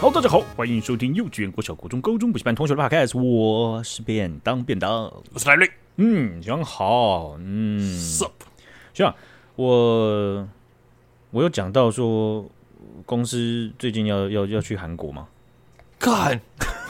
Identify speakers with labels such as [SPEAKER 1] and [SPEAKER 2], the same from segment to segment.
[SPEAKER 1] Hello，大家好，欢迎收听幼稚园、国小、国中、高中补习班同学的 Podcast，我是便当便当。
[SPEAKER 2] 我是赖瑞。
[SPEAKER 1] 嗯，讲好，嗯，
[SPEAKER 2] Sup？
[SPEAKER 1] 像我我有讲到说公司最近要要要去韩国嘛，
[SPEAKER 2] 干，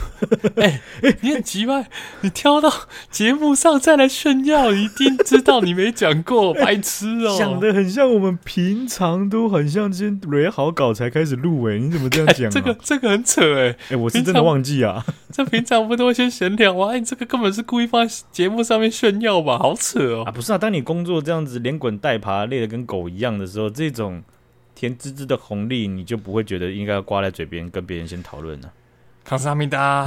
[SPEAKER 2] 哎、你很奇怪，你挑到节目上再来炫耀，一定知道你没讲过，白痴 哦、
[SPEAKER 1] 的很像我们平常都很像今天蕊好稿才开始录诶，你怎么这样
[SPEAKER 2] 这个这个很扯哎、
[SPEAKER 1] 哎，我
[SPEAKER 2] 是真的
[SPEAKER 1] 忘记啊，
[SPEAKER 2] 这平常不都会先闲聊吗？哎、你这个根本是故意放在节目上面炫耀吧？好扯哦、
[SPEAKER 1] 啊不是啊，当你工作这样子连滚带爬累得跟狗一样的时候，这种甜滋滋的红利你就不会觉得应该要挂在嘴边跟别人先 讨论了。啊
[SPEAKER 2] 康斯阿米达，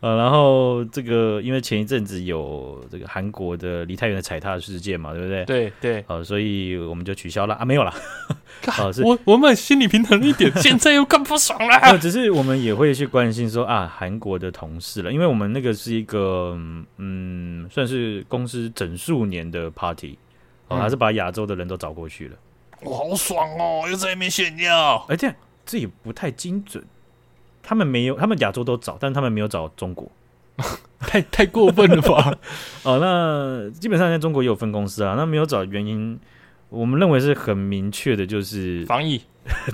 [SPEAKER 1] 呃，然后这个因为前一阵子有这个韩国的梨泰院的踩踏事件嘛，对不对？
[SPEAKER 2] 对对，
[SPEAKER 1] 呃，所以我们就取消了啊，没有啦， 哦
[SPEAKER 2] 干
[SPEAKER 1] 是
[SPEAKER 2] 我我们心理平衡一点，现在又更不爽
[SPEAKER 1] 没有
[SPEAKER 2] 了。
[SPEAKER 1] 只是我们也会去关心说啊，韩国的同事了，因为我们那个是一个嗯嗯，算是公司整数年的 party，哦，
[SPEAKER 2] 嗯
[SPEAKER 1] 还是把亚洲的人都找过去了，
[SPEAKER 2] 我好爽哦、又在那边炫耀。
[SPEAKER 1] 而且这也不太精准，他们没有，他们亚洲都找，但他们没有找中国。
[SPEAKER 2] 太太过分了吧？
[SPEAKER 1] 哦，那基本上在中国也有分公司啊，那没有找原因，我们认为是很明确的，就是
[SPEAKER 2] 防疫，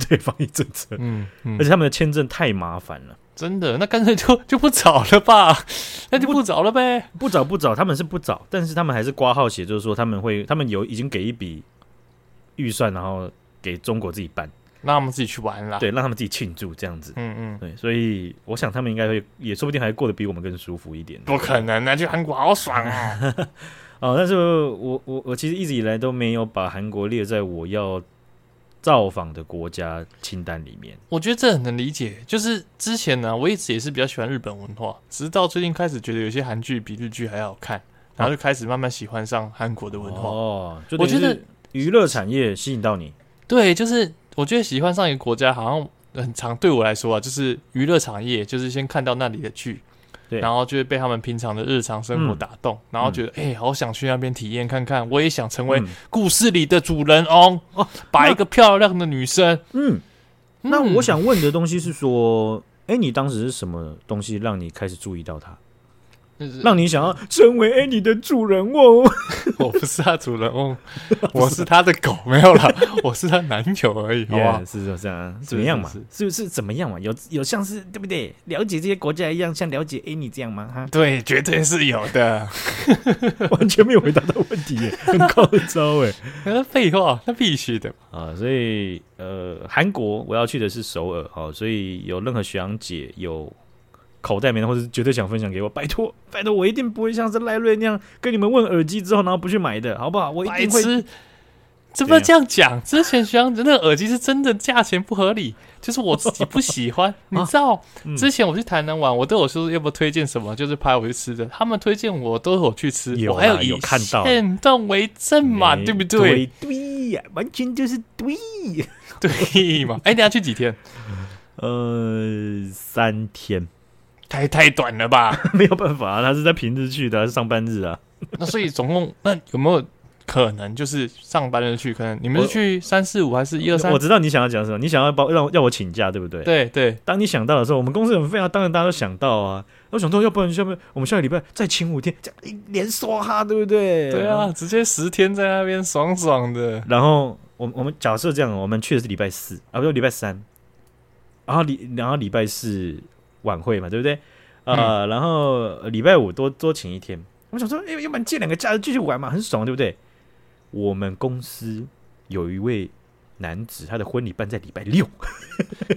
[SPEAKER 1] 对防疫政策，
[SPEAKER 2] 嗯嗯
[SPEAKER 1] 而且他们的签证太麻烦了，
[SPEAKER 2] 真的，那干脆就就不找了吧， 那就不找了呗。
[SPEAKER 1] 不找不找，他们是不找，但是他们还是挂号写，就是说他们会，他们有已经给一笔预算，然后给中国自己办，
[SPEAKER 2] 那我们自己去玩啦。，
[SPEAKER 1] 对，让他们自己庆祝这样子。
[SPEAKER 2] 啊嗯嗯，
[SPEAKER 1] 对，所以我想他们应该会，也说不定还过得比我们更舒服一点。
[SPEAKER 2] 不可能啊，去韩国好爽啊！
[SPEAKER 1] 哦，但是我我我其实一直以来都没有把韩国列在我要造访的国家清单里面。
[SPEAKER 2] 我觉得这很能理解，就是之前呢、我一直也是比较喜欢日本文化，直到最近开始觉得有些韩剧比日剧还好看，然后就开始慢慢喜欢上韩国的文化。
[SPEAKER 1] 哦，就
[SPEAKER 2] 我觉
[SPEAKER 1] 等于
[SPEAKER 2] 得
[SPEAKER 1] 是娱乐产业吸引到你，
[SPEAKER 2] 对，就是我觉得喜欢上一个国家，好像很常对我来说啊，就是娱乐产业，就是先看到那里的剧，
[SPEAKER 1] 对
[SPEAKER 2] 然后就会被他们平常的日常生活
[SPEAKER 1] 嗯
[SPEAKER 2] 打动，然后觉得哎、好想去那边体验看看，我也想成为
[SPEAKER 1] 嗯
[SPEAKER 2] 故事里的主人翁
[SPEAKER 1] 哦
[SPEAKER 2] 哦，把一个漂亮的女生。
[SPEAKER 1] 嗯，那
[SPEAKER 2] 嗯
[SPEAKER 1] 我，想问的东西是说，哎、你当时是什么东西让你开始注意到它， 让你想要成为 Annie 的主人翁？
[SPEAKER 2] 我不是她主人 翁，我是她的狗，没有啦，我是她男友而已，好不好
[SPEAKER 1] Yeah，？是这样啊，
[SPEAKER 2] 是
[SPEAKER 1] 怎么样嘛？
[SPEAKER 2] 是，
[SPEAKER 1] 是不是怎么样嘛？有有像是对不对？了解这些国家一样，像了解 Annie 这样吗？哈
[SPEAKER 2] 对，绝对是有 的。
[SPEAKER 1] 完全没有回答到问题耶，很 高招哎。
[SPEAKER 2] 那废话，那必须的。
[SPEAKER 1] 啊，所以呃，韩国我要去的是首尔，好、所以有任何学长姐有口袋名单，或是绝对想分享给我，拜托， 拜托，我一定不会像是赖瑞那样跟你们问耳机之后然后不去买的，好不好？我一
[SPEAKER 2] 白
[SPEAKER 1] 定会
[SPEAKER 2] 痴，怎么这样讲？之前徐阳那个耳机是真的价钱不合理，就是我自己不喜 欢。你知道、
[SPEAKER 1] 啊嗯
[SPEAKER 2] 之前我去台南玩，我都有说要不推荐什么，就是拍我去吃的，他们推荐我都有去吃，
[SPEAKER 1] 有啦
[SPEAKER 2] 我还以
[SPEAKER 1] 有看到
[SPEAKER 2] 现动为证嘛，对不对？？
[SPEAKER 1] 哎对呀、完全就是对。
[SPEAKER 2] 对嘛？哎、你要去几天？
[SPEAKER 1] 呃，三天
[SPEAKER 2] 太太短了吧？
[SPEAKER 1] 没有办法、啊，他是在平日去的，他是上班日啊。
[SPEAKER 2] 那所以总共那有没有可能就是上班的去？可能你们
[SPEAKER 1] 我
[SPEAKER 2] 是去三四五还是一二三
[SPEAKER 1] 我？知道你想要讲什么，你想要把让我要我请假，对不对？
[SPEAKER 2] 对对，
[SPEAKER 1] 当你想到的时候，我们公司很废啊，当然大家都想到啊。我想到，要不然下面我们下个礼拜再请五天，这样一连刷哈，对不对？
[SPEAKER 2] 对啊，。直接十天在那边爽爽 的，
[SPEAKER 1] 然后我们我们假设这样，我们去的是礼拜四啊，不是礼拜三，然后礼然后礼拜四晚会嘛，对不对？
[SPEAKER 2] 嗯
[SPEAKER 1] 呃，然后礼拜五多多请一天。我想说，哎、要不然借两个假日继续玩嘛，很爽，对不对？我们公司有一位男子，他的婚礼办在礼拜六。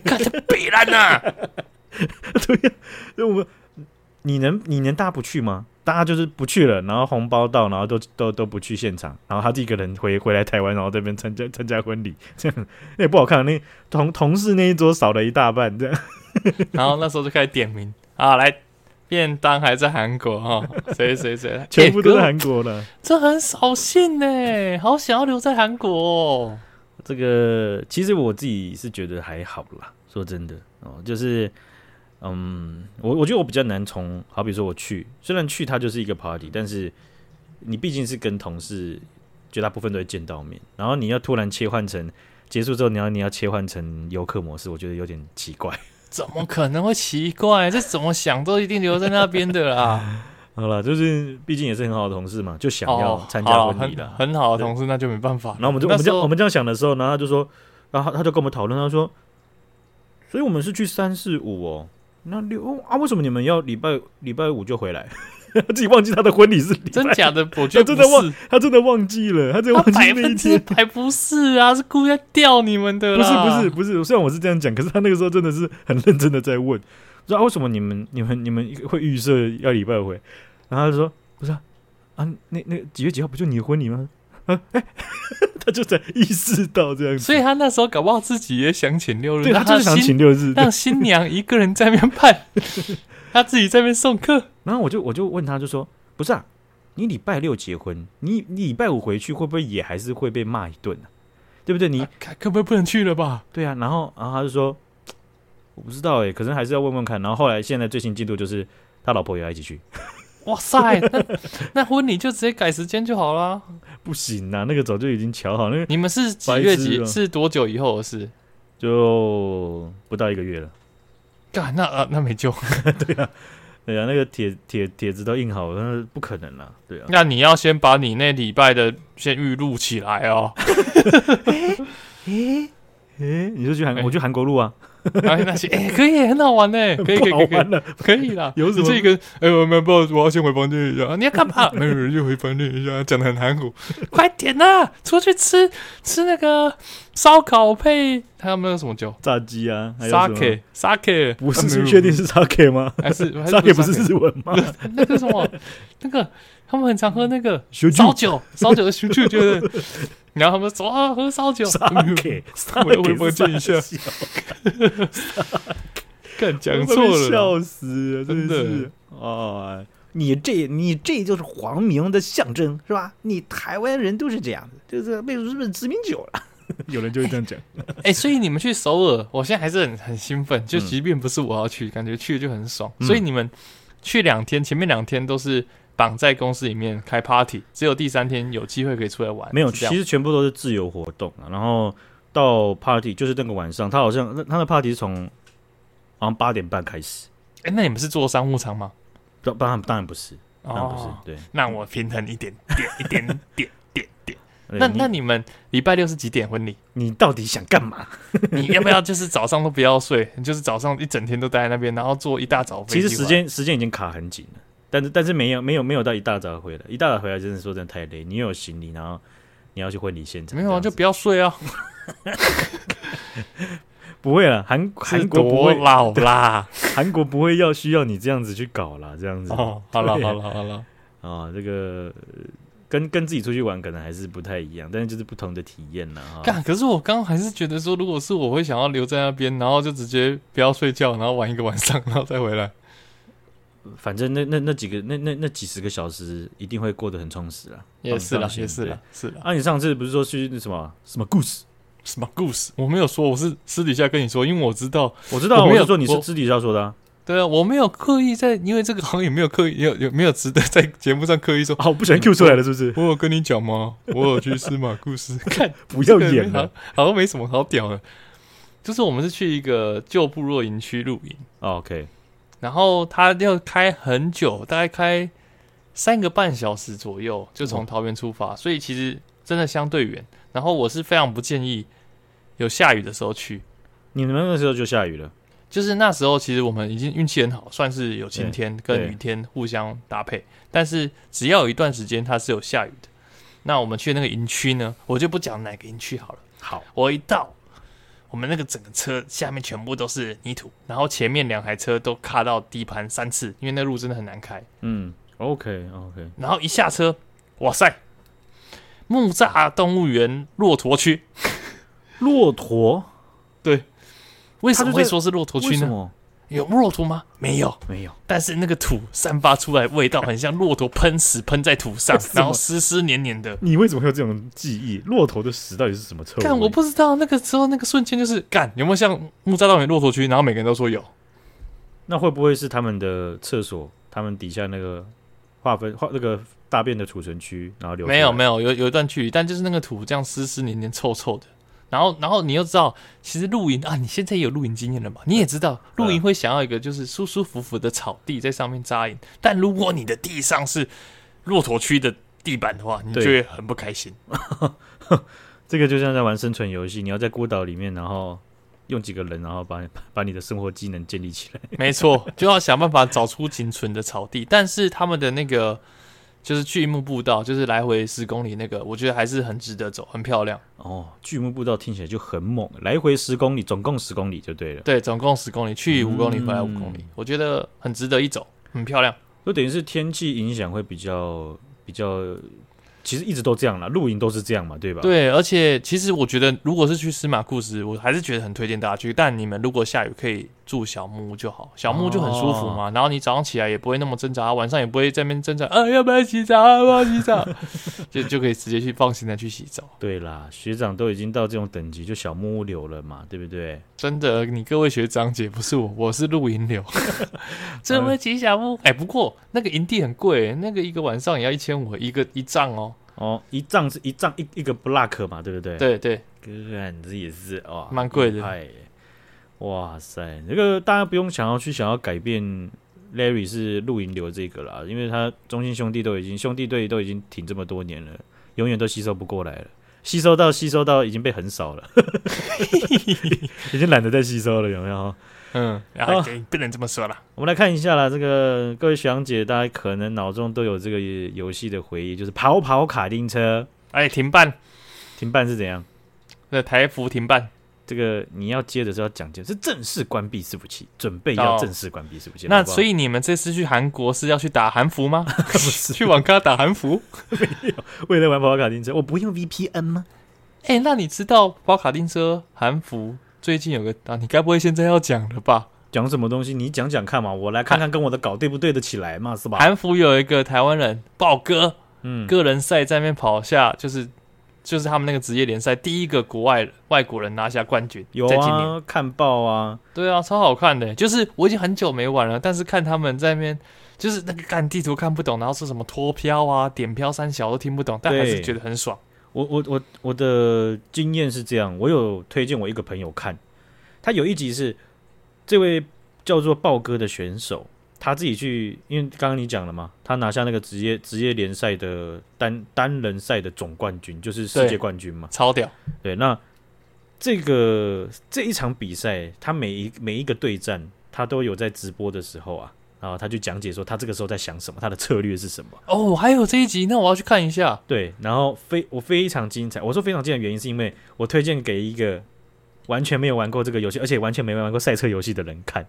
[SPEAKER 2] 看这北烂啊呐、
[SPEAKER 1] 那我们，你能你能大家不去吗？大家就是不去了，然后红包到，然后都都都不去现场，然后他自己一个人回回来台湾，然后这边参加参加婚礼， 这样那也不好看。那同同事那一桌少了一大半，这样
[SPEAKER 2] 然后那时候就开始点名啊，来便当还在韩国哈，谁谁谁，
[SPEAKER 1] 全部都在
[SPEAKER 2] 欸
[SPEAKER 1] 韩国了。
[SPEAKER 2] 哥这很扫兴呢，好想要留在韩国哦。
[SPEAKER 1] 这个其实我自己是觉得还好啦，说真的哦，就是嗯，我我觉得我比较难从，好比说我去，虽然去它就是一个 party，但是你毕竟是跟同事绝大部分都会见到面，然后你要突然切换成结束之后你要你要切换成游客模式，我觉得有点奇怪。
[SPEAKER 2] 怎么可能会奇怪？这怎么想都一定留在那边的啦。
[SPEAKER 1] 好了，就是毕竟也是很好的同事嘛，就想要
[SPEAKER 2] 哦，
[SPEAKER 1] 参加
[SPEAKER 2] 好
[SPEAKER 1] 婚
[SPEAKER 2] 很
[SPEAKER 1] 礼的。
[SPEAKER 2] 很好的同事，那就没办法。
[SPEAKER 1] 然后我们就我
[SPEAKER 2] 那
[SPEAKER 1] 们
[SPEAKER 2] 时
[SPEAKER 1] 这样
[SPEAKER 2] 候
[SPEAKER 1] 我们这样想的时候，然后他就说，然后他就跟我们讨论，他说，所以我们是去三四五哦，那六哦啊，为什么你们要礼拜礼拜五就回来？ 自己忘记他的婚礼是 礼
[SPEAKER 2] 真
[SPEAKER 1] 拜，
[SPEAKER 2] 假的，我 觉得
[SPEAKER 1] 真
[SPEAKER 2] 不
[SPEAKER 1] 的忘
[SPEAKER 2] 是，
[SPEAKER 1] 他真的忘记了，他真的
[SPEAKER 2] 他
[SPEAKER 1] 忘记
[SPEAKER 2] 百
[SPEAKER 1] 那一
[SPEAKER 2] 分之
[SPEAKER 1] 天。
[SPEAKER 2] 百不是啊，是故意在吊你们的
[SPEAKER 1] 不是
[SPEAKER 2] 啦。
[SPEAKER 1] 不是不是，虽然我是这样讲，可是他那个时候真的是很认真的在问，说啊为什么你们你们你们会预设要礼拜五回？然后他就说不是啊啊那那几月几号不就你的婚礼吗？ 啊哎，他就才意识到这样子，
[SPEAKER 2] 所以他那时候搞不好自己也想请六日，
[SPEAKER 1] 对他
[SPEAKER 2] 让
[SPEAKER 1] 就是想
[SPEAKER 2] 新
[SPEAKER 1] 请六日，对
[SPEAKER 2] 让新娘一个人在那边办， 他自己在那边送客。
[SPEAKER 1] 然后我就我就问他，就说不是啊，你礼拜六结婚，你你礼拜五回去会不会也还是会被骂一顿啊？对不对？你
[SPEAKER 2] 啊看根本不能去了吧？
[SPEAKER 1] 对啊，然后然后他就说我不知道哎、可能还是要问问看。然后后来现在最新进度就是他老婆也要一起去，
[SPEAKER 2] 哇 塞，那那婚礼就直接改时间就好啦。
[SPEAKER 1] 不行啊，那个早就已经瞧好，那个
[SPEAKER 2] 你们是几月
[SPEAKER 1] 白痴
[SPEAKER 2] 几？
[SPEAKER 1] 啊
[SPEAKER 2] 是多久以后的事？
[SPEAKER 1] 就不到一个月了。
[SPEAKER 2] 干，那啊那没救。
[SPEAKER 1] 对啊，那个帖帖帖子都印好了，那不可能啦、对啊，
[SPEAKER 2] 那你要先把你那礼拜的先预录起来哦。
[SPEAKER 1] 诶，你就去韩，
[SPEAKER 2] 哎
[SPEAKER 1] 我去韩国录啊，
[SPEAKER 2] 哎，那些哎、可以，很好玩呢，可以，可以，可以，
[SPEAKER 1] 不好
[SPEAKER 2] 可以
[SPEAKER 1] 玩了。
[SPEAKER 2] 可以啦，
[SPEAKER 1] 有什么
[SPEAKER 2] 你这个？哎、我们不好意思，我要先回房间一下。你要干嘛？没有人就回房间一下，讲的很含糊。快点呐，出去吃吃那个烧烤配还有没有什么酒
[SPEAKER 1] 炸鸡啊，还有什么
[SPEAKER 2] ？sake sake
[SPEAKER 1] 不是
[SPEAKER 2] 啊没有
[SPEAKER 1] 是确定是 sake 吗
[SPEAKER 2] 还是 还
[SPEAKER 1] ？sake 不
[SPEAKER 2] sake？
[SPEAKER 1] 是日文吗？
[SPEAKER 2] 那个什么那个他们很常喝那个
[SPEAKER 1] 烧
[SPEAKER 2] 烧酒烧酒的啤酒，觉得然后他们说啊喝烧酒，
[SPEAKER 1] Sake，
[SPEAKER 2] 我要回房间一下 干讲错了啦。
[SPEAKER 1] 笑死了，
[SPEAKER 2] 真
[SPEAKER 1] 真的
[SPEAKER 2] 的
[SPEAKER 1] 是哦，你这你这就是皇明的象征是吧？你台湾人都是这样子，就是被日本殖民久 了，有人就会这样讲。
[SPEAKER 2] 哎、所以你们去首尔，我现在还是很很兴奋，就
[SPEAKER 1] 嗯
[SPEAKER 2] 即便不是我要去，感觉去了就很爽。
[SPEAKER 1] 嗯
[SPEAKER 2] 所以你们去两天，前面两天都是绑在公司里面开 party，只有第三天有机会可以出来玩。
[SPEAKER 1] 没有，
[SPEAKER 2] 是这样
[SPEAKER 1] 其实全部都是自由活动啊。然后到 party 就是那个晚上，他好像那他的 party 是从好像八点半开始，
[SPEAKER 2] 哎、那你们是坐商务舱吗？
[SPEAKER 1] 当当然当然不是，当然不是，
[SPEAKER 2] 哦，
[SPEAKER 1] 对。
[SPEAKER 2] 那我平衡一点点，一 点点点点。
[SPEAKER 1] 对
[SPEAKER 2] 那
[SPEAKER 1] 你
[SPEAKER 2] 那你们礼拜六是几点婚礼？
[SPEAKER 1] 你到底想干嘛？
[SPEAKER 2] 你要不要就是早上都不要睡，你就是早上一整天都待在那边，然后坐一大早飞
[SPEAKER 1] 其
[SPEAKER 2] 机
[SPEAKER 1] 实
[SPEAKER 2] 回来？
[SPEAKER 1] 时间时间已经卡很紧了，但是但是没有没有没有到一大早回来，一大早回来真的说真的太累，你又有行李，然后你要去婚礼现场，
[SPEAKER 2] 没有啊，就
[SPEAKER 1] 这样子
[SPEAKER 2] 不要睡啊。
[SPEAKER 1] 不会了，韩韩
[SPEAKER 2] 是
[SPEAKER 1] 国 不
[SPEAKER 2] 多
[SPEAKER 1] 会，
[SPEAKER 2] 老啦？
[SPEAKER 1] 韩国不会要需要你这样子去搞啦，这样子啊、
[SPEAKER 2] 哦，好了
[SPEAKER 1] 对
[SPEAKER 2] 好了好了。
[SPEAKER 1] 这个呃跟跟自己出去玩可能还是不太一样，但是就是不同的体验啊了哈。
[SPEAKER 2] 干，可是我刚刚还是觉得说，如果是我会想要留在那边，然后就直接不要睡觉，然后玩一个晚上，然后再回来。
[SPEAKER 1] 反正那那那几个那那那几十个小时一定会过得很充实啦。
[SPEAKER 2] 也是啦
[SPEAKER 1] 放，心
[SPEAKER 2] 哦也是
[SPEAKER 1] 对
[SPEAKER 2] 啦，是啦。
[SPEAKER 1] 啊，你上次不是说去那什么什么故事？
[SPEAKER 2] 什么故事？我没有说，我是私底下跟你说，因为我知道，
[SPEAKER 1] 我知道啊，
[SPEAKER 2] 我
[SPEAKER 1] 我
[SPEAKER 2] 没有
[SPEAKER 1] 是说你是
[SPEAKER 2] 我
[SPEAKER 1] 私底下说的啊。
[SPEAKER 2] 对啊，我没有刻意在，因为这个行业没有刻意，有有没有值得在节目上刻意说，
[SPEAKER 1] 啊，我不小心 Q 出来了，是不是？
[SPEAKER 2] 我有跟你讲吗？我有去司马故事， 看
[SPEAKER 1] 不要演
[SPEAKER 2] 好
[SPEAKER 1] 了
[SPEAKER 2] 像。好像没什么好屌的。就是我们是去一个旧部落营区露营。
[SPEAKER 1] 哦 OK，
[SPEAKER 2] 然后他要开很久，大概开三个半小时左右，就从桃园出发，所以其实真的相对远。然后我是非常不建议有下雨的时候去，
[SPEAKER 1] 你们那时候就下雨了，
[SPEAKER 2] 就是那时候其实我们已经运气很好，算是有晴天跟
[SPEAKER 1] 对
[SPEAKER 2] 雨天互相搭配，但是只要有一段时间它是有下雨的，那我们去那个营区呢，我就不讲哪个营区好了。
[SPEAKER 1] 好，
[SPEAKER 2] 我一到，我们那个整个车下面全部都是泥土，然后前面两台车都卡到底盘三次，因为那路真的很难开。
[SPEAKER 1] 嗯，OK OK，
[SPEAKER 2] 然后一下车，哇塞，木栅动物园骆驼区，
[SPEAKER 1] 骆驼
[SPEAKER 2] 为什
[SPEAKER 1] 它
[SPEAKER 2] 么
[SPEAKER 1] 就
[SPEAKER 2] 会
[SPEAKER 1] 在
[SPEAKER 2] 说是骆驼
[SPEAKER 1] 为
[SPEAKER 2] 区
[SPEAKER 1] 什
[SPEAKER 2] 呢？
[SPEAKER 1] 么
[SPEAKER 2] 有骆驼吗？没有，
[SPEAKER 1] 没有？
[SPEAKER 2] 但是那个土散发出来的味道很像骆驼喷屎喷在土上
[SPEAKER 1] 什，么
[SPEAKER 2] 然后湿湿黏黏的。
[SPEAKER 1] 你为什么会有这种记忆？骆驼的屎到底是什么臭
[SPEAKER 2] 干，我不知道那个时候那个瞬间就是干，有没有像木栅动物园骆驼区？然后每个人都说有，
[SPEAKER 1] 那会不会是他们的厕所，他们底下那个划分划那个大便的储存区，然后留
[SPEAKER 2] 没有没
[SPEAKER 1] 有
[SPEAKER 2] 有，有有一段距离，但就是那个土这样湿湿黏黏臭臭的，然后，然后你又知道，其实露营啊，你现在也有露营经验了嘛？你也知道，露营会想要一个就是舒舒服服的草地，在上面扎营。但如果你的地上是骆驼区的地板的话，你就
[SPEAKER 1] 对
[SPEAKER 2] 会很不开心。
[SPEAKER 1] 这个就像在玩生存游戏，你要在孤岛里面，然后用几个人，然后把把把你的生活技能建立起来。
[SPEAKER 2] 没错，就要想办法找出仅存的草地。但是他们的那个就是巨木步道，就是来回十公里那个，我觉得还是很值得走，很漂亮。
[SPEAKER 1] 哦，巨木步道听起来就很猛，来回十公里，总共十公里就对了。
[SPEAKER 2] 对，总共十公里，去五公里，回来五
[SPEAKER 1] 嗯
[SPEAKER 2] 公里，我觉得很值得一走，很漂亮。
[SPEAKER 1] 就等于是天气影响会比较比较，其实一直都这样啦，露营都是这样嘛，对吧？，
[SPEAKER 2] 对，而且其实我觉得，如果是去司马库斯，我还是觉得很推荐大家去。但你们如果下雨，可以住小木屋就好，小木屋就很舒服嘛。然后你早上起来也不会那么挣扎，晚上也不会在那边挣扎，啊，要不要洗澡？要不要洗澡？就就可以直接去放心的去洗澡。
[SPEAKER 1] 对啦，学长都已经到这种等级，就小木屋流了嘛，对不对？
[SPEAKER 2] 真的，你各位学长姐不是我，我是露 营流。 这位吉祥物，哎、不过那个营地很贵，那个一个晚上也要一千五一个一帐哦。
[SPEAKER 1] 哦，一丈是一丈一一个 block 嘛，对不对？，
[SPEAKER 2] 对对，
[SPEAKER 1] 哥，这也是哦，
[SPEAKER 2] 蛮贵的
[SPEAKER 1] 哎，哇塞，这个大家不用想要去想要改变 Larry 是露营流这个啦，因为他中心兄弟都已经兄弟队都已经挺这么多年了，永远都吸收不过来了。吸收到吸收到已经被很少了， 已经懒得再吸收了，有没有？
[SPEAKER 2] 嗯，然后、给不能这么说啦。
[SPEAKER 1] 我们来看一下啦，这个各位学长姐，大家可能脑中都有这个游戏的回忆，就是跑跑卡丁车
[SPEAKER 2] 哎、停办，
[SPEAKER 1] 停办是怎样？
[SPEAKER 2] 那台服停办。
[SPEAKER 1] 这个你要接的时候要讲解，是正式关闭伺服器，准备要正式关闭伺服器。
[SPEAKER 2] 那所
[SPEAKER 1] 哦以
[SPEAKER 2] 以你们这次去韩国是要去打韩服 吗？ 去网咖打韩服？
[SPEAKER 1] 为了玩跑跑卡丁车，我不用 VPN 吗？
[SPEAKER 2] 哎、那你知道包卡丁车韩服最近有个啊？你该不会现在要讲了吧？
[SPEAKER 1] 讲什么东西？你讲讲看嘛，我来看看跟我的稿对不对得起来嘛，是吧？
[SPEAKER 2] 韩服有一个台湾人豹哥，
[SPEAKER 1] 嗯，
[SPEAKER 2] 个人赛在那边跑下，就是就是他们那个职业联赛第一个国外外国人拿下冠军，
[SPEAKER 1] 有
[SPEAKER 2] 在今年。
[SPEAKER 1] 啊，看报啊，
[SPEAKER 2] 对啊，超好看的。就是我已经很久没玩了，但是看他们在那边，就是那个看地图看不懂，然后说什么脱漂啊、点漂三小都听不懂，但还是
[SPEAKER 1] 对
[SPEAKER 2] 觉得很爽。
[SPEAKER 1] 我我我我的经验是这样，我有推荐我一个朋友看，他有一集是这位叫做豹哥的选手，他自己去，因为刚刚你讲了嘛，他拿下那个职业职业联赛的单单人赛的总冠军，就是世界
[SPEAKER 2] 对
[SPEAKER 1] 冠军嘛。
[SPEAKER 2] 超屌，
[SPEAKER 1] 对，那这个这一场比赛，他每一每一个对战，他都有在直播的时候啊，然后他就讲解说他这个时候在想什么，他的策略是什么。
[SPEAKER 2] 哦，还有这一集，那我要去看一 下。
[SPEAKER 1] 对，然后非我非常精彩。我说非常精彩的原因是因为我推荐给一个完全没有玩过这个游戏，而且完全没玩过赛车游戏的人看。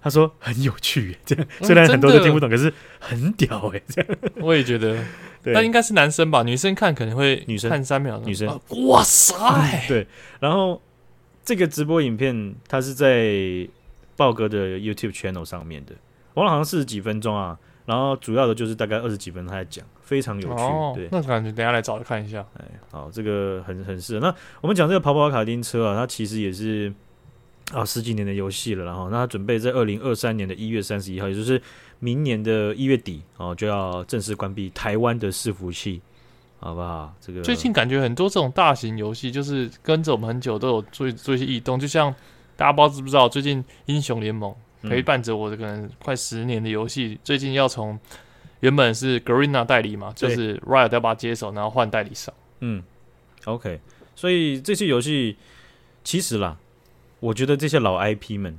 [SPEAKER 1] 他说很有趣耶，这样
[SPEAKER 2] 嗯
[SPEAKER 1] 虽然很多都
[SPEAKER 2] 真的
[SPEAKER 1] 听不懂，可是很屌哎，这样
[SPEAKER 2] 我也觉得，但应
[SPEAKER 1] 对。
[SPEAKER 2] 该是男生吧，女生看可能会
[SPEAKER 1] 女生
[SPEAKER 2] 看三秒钟。
[SPEAKER 1] 女生
[SPEAKER 2] 啊哇塞，
[SPEAKER 1] 然后这个直播影片它是在豹哥的 YouTube channel 上面的，完了好像四十几分钟啊，然后主要的就是大概二十几分钟他在讲，非常有趣，
[SPEAKER 2] 哦
[SPEAKER 1] 对，。
[SPEAKER 2] 那感觉等一下来找来看一下。
[SPEAKER 1] 好，这个很很适合。那我们讲这个跑跑卡丁车啊，它其实也是啊十几年的游戏了，然后那它准备在二零二三年的一月三十一号，也就是明年的一月底哦，就要正式关闭台湾的伺服器，好不好？这个
[SPEAKER 2] 最近感觉很多这种大型游戏，就是跟着我们很久都有做做一些异动，就像大家不知道知不知道，最近英雄联盟
[SPEAKER 1] 嗯
[SPEAKER 2] 陪伴着我的可能快十年的游戏，最近要从原本是 Garena 代理嘛，就
[SPEAKER 1] 对
[SPEAKER 2] 是 Riot 要把它接手，然后换代理商。
[SPEAKER 1] 嗯，OK，所以这些游戏其实啦，我觉得这些老 IP 们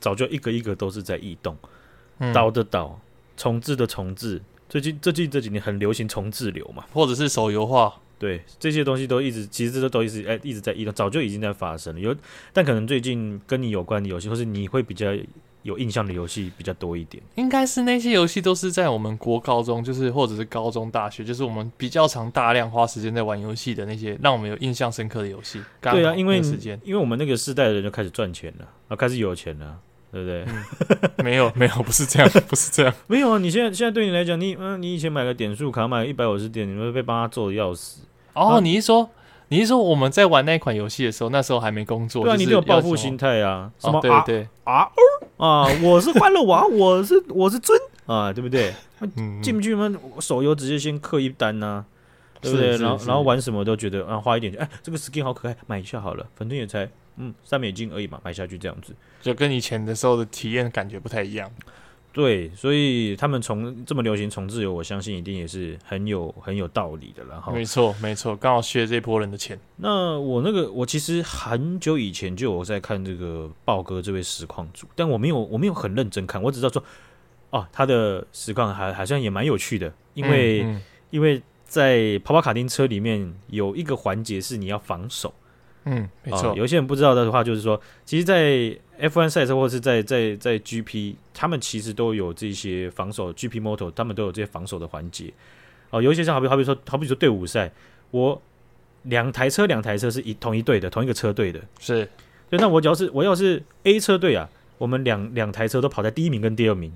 [SPEAKER 1] 早就一个一个都是在异动。
[SPEAKER 2] 嗯
[SPEAKER 1] 倒的倒，重置的重置。最近最近这几年很流行重置流嘛，
[SPEAKER 2] 或者是手游化，
[SPEAKER 1] 对，这些东西都一直其实这都一直哎一直在移动，早就已经在发生了。有，但可能最近跟你有关的游戏，或是你会比较有印象的游戏比较多一点。
[SPEAKER 2] 应该是那些游戏都是在我们国高中，就是或者是高中、大学，就是我们比较常大量花时间在玩游戏的那些，让我们有印象深刻的游戏。刚
[SPEAKER 1] 对啊，
[SPEAKER 2] 好
[SPEAKER 1] 因为
[SPEAKER 2] 那个时间
[SPEAKER 1] 因为我们那个世代的人就开始赚钱了，啊，开始有钱了，对不对？
[SPEAKER 2] 没有没有，不是这样，不是这样。
[SPEAKER 1] 没有啊，你现在现在对你来讲，你嗯、你以前买个点数卡，买一百五十点，你会被帮他揍的要死。
[SPEAKER 2] 哦，
[SPEAKER 1] 啊
[SPEAKER 2] 你是说你是说我们在玩那款游戏的时候，那时候还没工作，
[SPEAKER 1] 对啊，
[SPEAKER 2] 就是
[SPEAKER 1] 你得有
[SPEAKER 2] 要
[SPEAKER 1] 报复
[SPEAKER 2] 什么
[SPEAKER 1] 心。态啊，什
[SPEAKER 2] 哦
[SPEAKER 1] 么、，
[SPEAKER 2] 对
[SPEAKER 1] 啊
[SPEAKER 2] 对，
[SPEAKER 1] 啊哦啊，我是欢乐娃，我是我是尊啊，对不对？
[SPEAKER 2] 嗯，
[SPEAKER 1] 进不去吗？我手游直接先氪一单呐、啊对不对？
[SPEAKER 2] 是是
[SPEAKER 1] 然后
[SPEAKER 2] 是
[SPEAKER 1] 然后玩什么都觉得啊，花一点钱，哎，这个 skin 好可爱，买一下好了，反正也才嗯三美金而已嘛，买下去这样子。
[SPEAKER 2] 就跟以前的时候的体验感觉不太一样。
[SPEAKER 1] 对，所以他们从这么流行重置游，我相信一定也是很有很有道理的啦。然后
[SPEAKER 2] 没错，没错，刚好削这波人的钱。
[SPEAKER 1] 那我那个，我其实很久以前就有在看这个豹哥这位实况主，但我没有我没有很认真看，我只知道说，哦，他的实况还好像也蛮有趣的，因为、
[SPEAKER 2] 嗯
[SPEAKER 1] 因为在跑跑卡丁车里面有一个环节是你要防守，
[SPEAKER 2] 嗯，嗯没
[SPEAKER 1] 啊
[SPEAKER 2] 错，
[SPEAKER 1] 有些人不知道的话，就是说，其实，在 F1 赛车或是在在在 GP，他们其实都有这些防守 GP Moto，他们都有这些防守的环节。哦、有一些像好比好比说，好比说队伍赛，我两台车两台车是一同一队的，同一个车队的。
[SPEAKER 2] 是
[SPEAKER 1] 对，那我只要是我要是 A 车队啊，我们两两台车都跑在第一名跟第二名。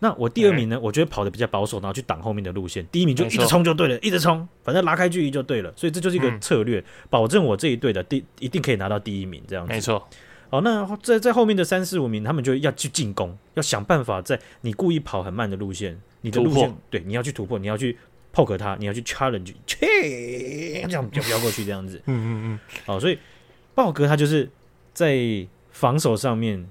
[SPEAKER 1] 那我第二名呢，我就会跑得比较保守，然后去挡后面的路线。第一名就一
[SPEAKER 2] 哎没
[SPEAKER 1] 直
[SPEAKER 2] 错
[SPEAKER 1] 冲就对了，一直冲，反正拉开距离就对了。所以这就是一个
[SPEAKER 2] 嗯
[SPEAKER 1] 策略，保证我这一队的第一定可以拿到第一名这样子。
[SPEAKER 2] 没错，
[SPEAKER 1] 好，那在在后面的三四五名，他们就要去进攻，要想办法在你故意跑很慢的路线，你的
[SPEAKER 2] 突
[SPEAKER 1] 路线
[SPEAKER 2] 破
[SPEAKER 1] 对，你要去突破，你要去 poke 他，你要去 challenge，切，这样就飙过去这样子。
[SPEAKER 2] 嗯嗯嗯，
[SPEAKER 1] 哦，所以豹哥他就是在防守上面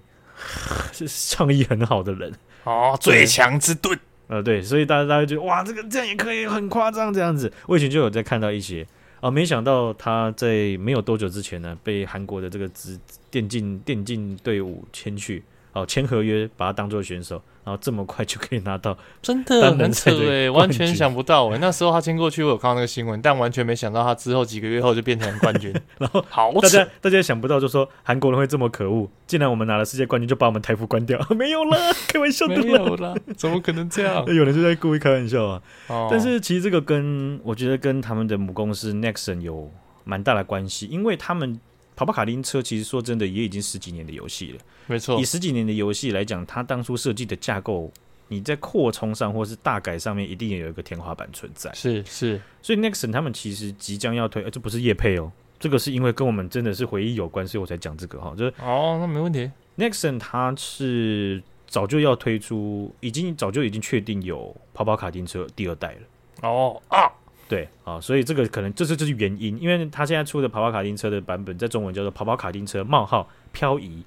[SPEAKER 1] 是创意很好的人。
[SPEAKER 2] 哦，最强之盾，
[SPEAKER 1] 呃，对，所以大家大家就觉得哇，这个这样也可以，很夸张这样子。我以前就有在看到一些啊、没想到他在没有多久之前呢，被韩国的这个职电竞电竞队伍签去，哦、签合约把他当做选手，然后这么快就可以拿到，
[SPEAKER 2] 真的
[SPEAKER 1] 当然
[SPEAKER 2] 很扯
[SPEAKER 1] 才对
[SPEAKER 2] 哎、
[SPEAKER 1] 冠
[SPEAKER 2] 完
[SPEAKER 1] 军
[SPEAKER 2] 全想不到哎、那时候他签过去，我有看到那个新闻，但完全没想到他之后几个月后就变成冠军，
[SPEAKER 1] 然后
[SPEAKER 2] 好
[SPEAKER 1] 大
[SPEAKER 2] 扯
[SPEAKER 1] 家，大家想不到，就说韩国人会这么可恶，竟然我们拿了世界冠军就把我们台服关掉， 没有啦，开玩笑
[SPEAKER 2] 没
[SPEAKER 1] 的啦。
[SPEAKER 2] 有啦，怎么可能这 样？
[SPEAKER 1] 有人就在故意开玩笑啊，
[SPEAKER 2] 哦，
[SPEAKER 1] 但是其实这个跟我觉得跟他们的母公司 Nexon 有蛮大的关系，因为他们跑跑卡丁车其实说真的也已经十几年的游戏了。
[SPEAKER 2] 没错
[SPEAKER 1] 以，十几年的游戏来讲，它当初设计的架构，你在扩充上或是大改上面一定也有一个天花板存在。
[SPEAKER 2] 是是，
[SPEAKER 1] 所以 Nexon 他们其实即将要推，呃，这不是叶配哦。这个是因为跟我们真的是回忆有关，所以我才讲这个哈、就是
[SPEAKER 2] 哦，那没问题，
[SPEAKER 1] Nexon 它是早就要推出，已经早就已经确定有跑跑卡丁车第二代了。
[SPEAKER 2] 哦啊，
[SPEAKER 1] 对啊，所以这个可能这是这是原因，因为他现在出的跑跑卡丁车的版本，在中文叫做跑跑卡丁车冒号漂移。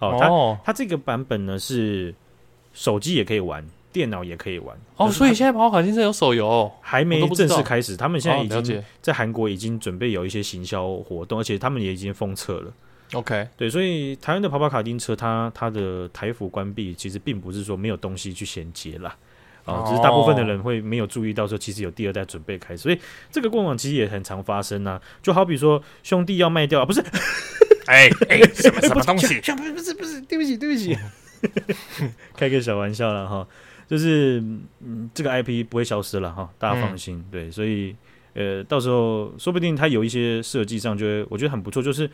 [SPEAKER 1] 哦，它
[SPEAKER 2] 哦
[SPEAKER 1] 它这个版本呢是手机也可以玩，电脑也可以玩。
[SPEAKER 2] 哦，
[SPEAKER 1] 可是
[SPEAKER 2] 所以
[SPEAKER 1] 它
[SPEAKER 2] 现在跑跑卡丁车有手游哦、
[SPEAKER 1] 还
[SPEAKER 2] 我
[SPEAKER 1] 没
[SPEAKER 2] 都不知
[SPEAKER 1] 正式
[SPEAKER 2] 道
[SPEAKER 1] 开始，他们现在
[SPEAKER 2] 哦了
[SPEAKER 1] 已经
[SPEAKER 2] 解
[SPEAKER 1] 在韩国已经准备有一些行销活动，而且他们也已经封测了。
[SPEAKER 2] ，OK，
[SPEAKER 1] 对，所以台湾的跑跑卡丁车它，它的台服关闭，其实并不是说没有东西去衔接啦，哦，只是大部分的人会没有注意到说，其实有第二代准备开始，所以这个过往其实也很常发生啊。就好比说兄弟要卖掉啊，不是，
[SPEAKER 2] 哎哎， 什么什么东西？嗯
[SPEAKER 1] 不是不是不是，对不起对不起，开个小玩笑了哈，就是嗯，这个 IP 不会消失了哈，大家放心。对，所以呃，到时候说不定它有一些设计上就会，我觉得很不错，就是。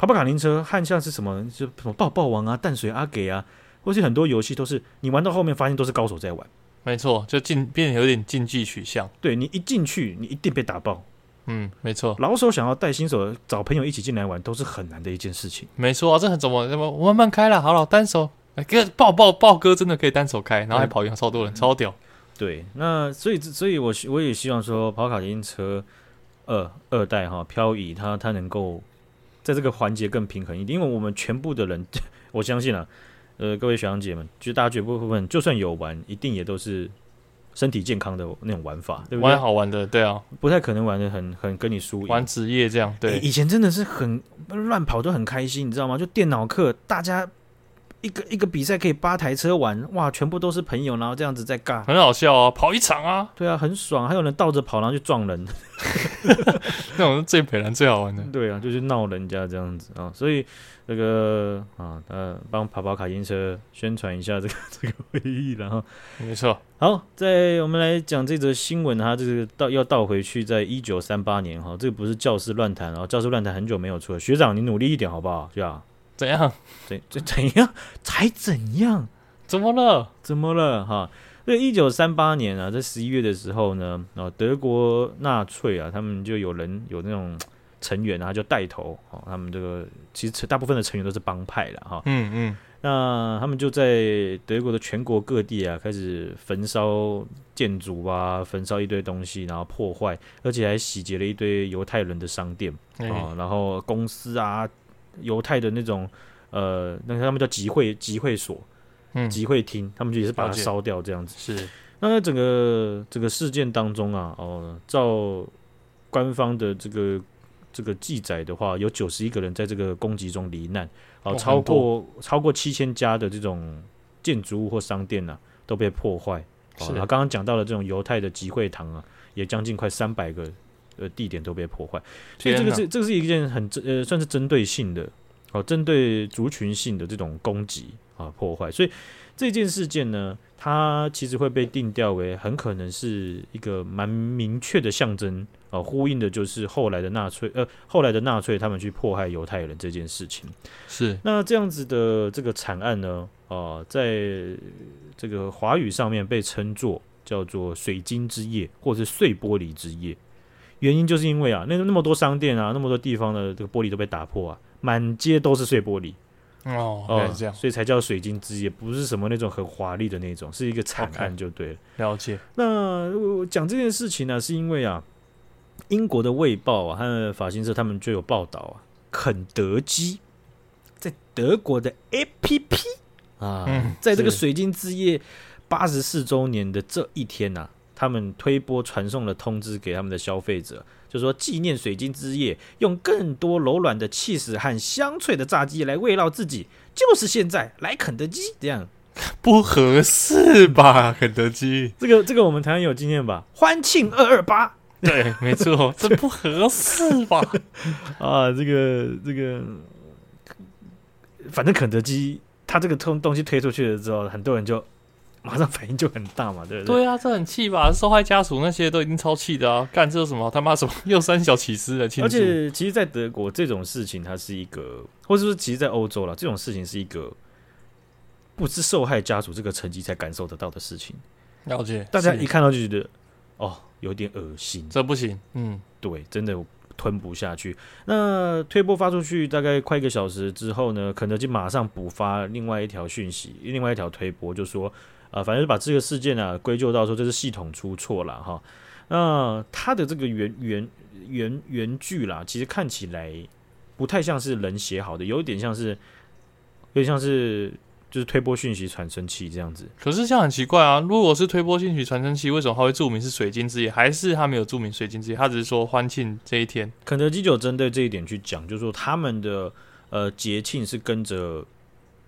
[SPEAKER 1] 跑跑卡丁车和像是什么，就什么抱抱王啊、淡水阿给啊，或是很多游戏都是你玩到后面发现都是高手在玩，
[SPEAKER 2] 没错，就竞变得有点竞技取向，
[SPEAKER 1] 对你一进去你一定被打爆。
[SPEAKER 2] 嗯，没错。
[SPEAKER 1] 老手想要带新手找朋友一起进来玩，都是很难的一件事情。
[SPEAKER 2] 没错啊，这很怎么怎么我慢慢开了，好了，单手，哎哥抱抱抱哥真的可以单手开，然后还跑赢超多人，超屌。
[SPEAKER 1] 对，那所以所以我希我也希望说，跑卡丁车二二代哈漂移它它能够在这个环节更平衡一点，因为我们全部的人， 我相信啊，呃，各位学长姐们，就大家绝部分就算有玩，一定也都是身体健康的那种玩法，对不
[SPEAKER 2] 玩
[SPEAKER 1] 对？
[SPEAKER 2] 好玩的，对啊，
[SPEAKER 1] 不太可能玩的很很跟你输赢。
[SPEAKER 2] 玩职业这样，哎对，
[SPEAKER 1] 欸以前真的是很乱跑都很开心，你知道吗？就电脑课，大家一个一个比赛可以八台车玩，哇，全部都是朋友，然后这样子在尬。
[SPEAKER 2] 很好笑啊，跑一场啊，
[SPEAKER 1] 对啊，很爽，还有人倒着跑，然后去撞人。
[SPEAKER 2] 那种是最北然最好玩的。
[SPEAKER 1] 对啊，就是闹人家这样子啊，所以那个啊，呃，帮跑跑卡丁车宣传一下这个 这个会议，然后
[SPEAKER 2] 没错，
[SPEAKER 1] 好，在我们来讲这则新闻，它这个倒要倒回去，在一九三八年哈，这个不是教师乱谈啊，教师乱谈很久没有出了，学长你努力一点好不好？对啊，
[SPEAKER 2] 怎样？
[SPEAKER 1] 怎怎怎样才怎样？
[SPEAKER 2] 怎么了？
[SPEAKER 1] 怎么了哈？所以一九三八年啊，在十一月的时候呢，哦，德国纳粹啊，他们就有人有那种成员，然后就带头哦，他们这个其实大部分的成员都是帮派了哈、
[SPEAKER 2] 嗯嗯，
[SPEAKER 1] 那他们就在德国的全国各地啊，开始焚烧建筑啊，焚烧一堆东西，然后破坏，而且还洗劫了一堆犹太人的商店啊、
[SPEAKER 2] 哎
[SPEAKER 1] 哦然后公司啊，犹太的那种呃，那个他们叫集会集会所、
[SPEAKER 2] 嗯
[SPEAKER 1] 集会厅，他们就也是把它
[SPEAKER 2] 了解
[SPEAKER 1] 烧掉这样子。
[SPEAKER 2] 是
[SPEAKER 1] 那在整个这个事件当中啊，哦，照官方的这个这个记载的话，有九十一个人在这个攻击中罹难，哦，
[SPEAKER 2] 哇
[SPEAKER 1] 超
[SPEAKER 2] 很
[SPEAKER 1] 过超过七千家的这种建筑物或商店呢、都被破坏。哦，
[SPEAKER 2] 是
[SPEAKER 1] 然后刚刚讲到的这种犹太的集会堂啊，也将近快三百个呃地点都被破坏，所以这
[SPEAKER 2] 天
[SPEAKER 1] 个
[SPEAKER 2] 哪
[SPEAKER 1] 是这个是一件很针呃算是针对性的，哦，针对族群性的这种攻击啊破坏，所以这件事件呢，它其实会被定调为很可能是一个蛮明确的象征啊、哦呼应的就是后来的纳粹呃后来的纳粹他们去迫害犹太人这件事情。
[SPEAKER 2] 是，
[SPEAKER 1] 那这样子的这个惨案呢，啊、在这个华语上面被称作叫做“水晶之夜”或是“碎玻璃之夜”。原因就是因为啊，那那么多商店啊，那么多地方的这个玻璃都被打破啊，满街都是碎玻璃
[SPEAKER 2] 哦，
[SPEAKER 1] 哦
[SPEAKER 2] 原来是这样，
[SPEAKER 1] 所以才叫水晶之夜，不是什么那种很华丽的那种，是一个惨案就对了。
[SPEAKER 2] 了解，
[SPEAKER 1] 那我我讲这件事情呢、是因为啊，英国的《卫报》啊和法新社他们就有报道啊，肯德基在德国的 APP 啊，
[SPEAKER 2] 嗯
[SPEAKER 1] 在这个
[SPEAKER 2] 是
[SPEAKER 1] 水晶之夜八十四周年的这一天呐、他们推播传送了通知给他们的消费者，就说纪念水晶之夜，用更多柔软的气势和香脆的炸鸡来慰劳自己，就是现在来肯德基这样。
[SPEAKER 2] 不合适吧？肯德基，
[SPEAKER 1] 这个这个我们台湾有经验吧？欢庆二二八。
[SPEAKER 2] 对，没错， 这不合适吧？
[SPEAKER 1] 啊，这个这个，反正肯德基它这个东东西推出去了之后，很多人就马上反应就很大嘛，对不对？
[SPEAKER 2] 对啊，这很气吧？受害家属那些都已经超气的啊！干这有什么好他妈什么又三小起司的庆
[SPEAKER 1] 而
[SPEAKER 2] 祝？
[SPEAKER 1] 且其实，在德国这种事情，它是一个，或者说其实，在欧洲啦，这种事情是一个不是受害家属这个层级才感受得到的事情。
[SPEAKER 2] 了解，
[SPEAKER 1] 大家
[SPEAKER 2] 是
[SPEAKER 1] 一看到就觉得，哦，有点恶心。
[SPEAKER 2] 这不行，嗯，
[SPEAKER 1] 对，真的吞不下去。那推播发出去大概快一个小时之后呢，肯德基马上补发另外一条讯息，另外一条推播，就说啊、呃反正把这个事件啊归咎到说这是系统出错了哈。那它的这个原原原原剧啦，其实看起来不太像是人写好的，有点像是有点像是就是推播讯息传声器这样子。
[SPEAKER 2] 可是这样很奇怪啊！如果是推波进取传真器，为什么它会注明是水晶之夜？还是他没有注明水晶之夜？他只是说欢庆这一天。
[SPEAKER 1] 肯德基就有针对这一点去讲，就是说他们的呃节庆是跟着